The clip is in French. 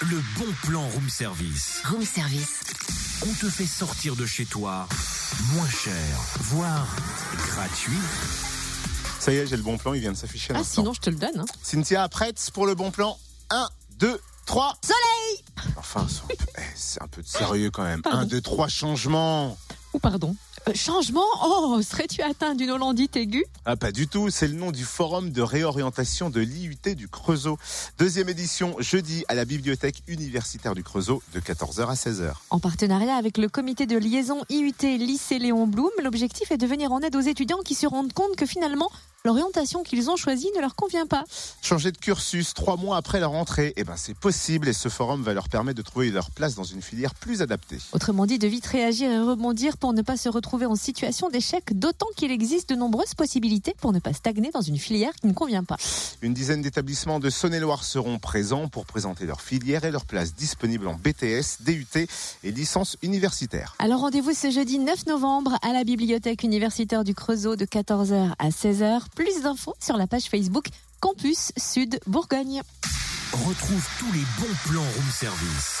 Le bon plan room service. Room service. On te fait sortir de chez toi moins cher, voire gratuit. Ça y est, j'ai le bon plan, il vient de s'afficher à Ah, l'instant. sinon, je te le donne. hein. Cynthia, prête pour le bon plan 1, 2, 3. Soleil Enfin, c'est un peu- eh, c'est un peu de sérieux quand même. 1, 2, 3, changement. Ou pardon. Euh, changement Oh, serais-tu atteint d'une holandite aiguë Ah, pas du tout, c'est le nom du forum de réorientation de l'IUT du Creusot. Deuxième édition, jeudi, à la bibliothèque universitaire du Creusot, de 14h à 16h. En partenariat avec le comité de liaison IUT lycée Léon Blum, l'objectif est de venir en aide aux étudiants qui se rendent compte que finalement, l'orientation qu'ils ont choisie ne leur convient pas. Changer de cursus trois mois après leur entrée, eh ben c'est possible et ce forum va leur permettre de trouver leur place dans une filière plus adaptée. Autrement dit, de vite réagir et rebondir pour ne pas se retrouver en situation d'échec, d'autant qu'il existe de nombreuses possibilités pour ne pas stagner dans une filière qui ne convient pas. Une dizaine d'établissements de Saône-et-Loire seront présents pour présenter leur filière et leur place disponible en BTS, DUT et licence universitaire. Alors rendez-vous ce jeudi 9 novembre à la bibliothèque universitaire du Creusot de 14h à 16h. Plus d'infos sur la page Facebook Campus Sud Bourgogne. Retrouve tous les bons plans room service.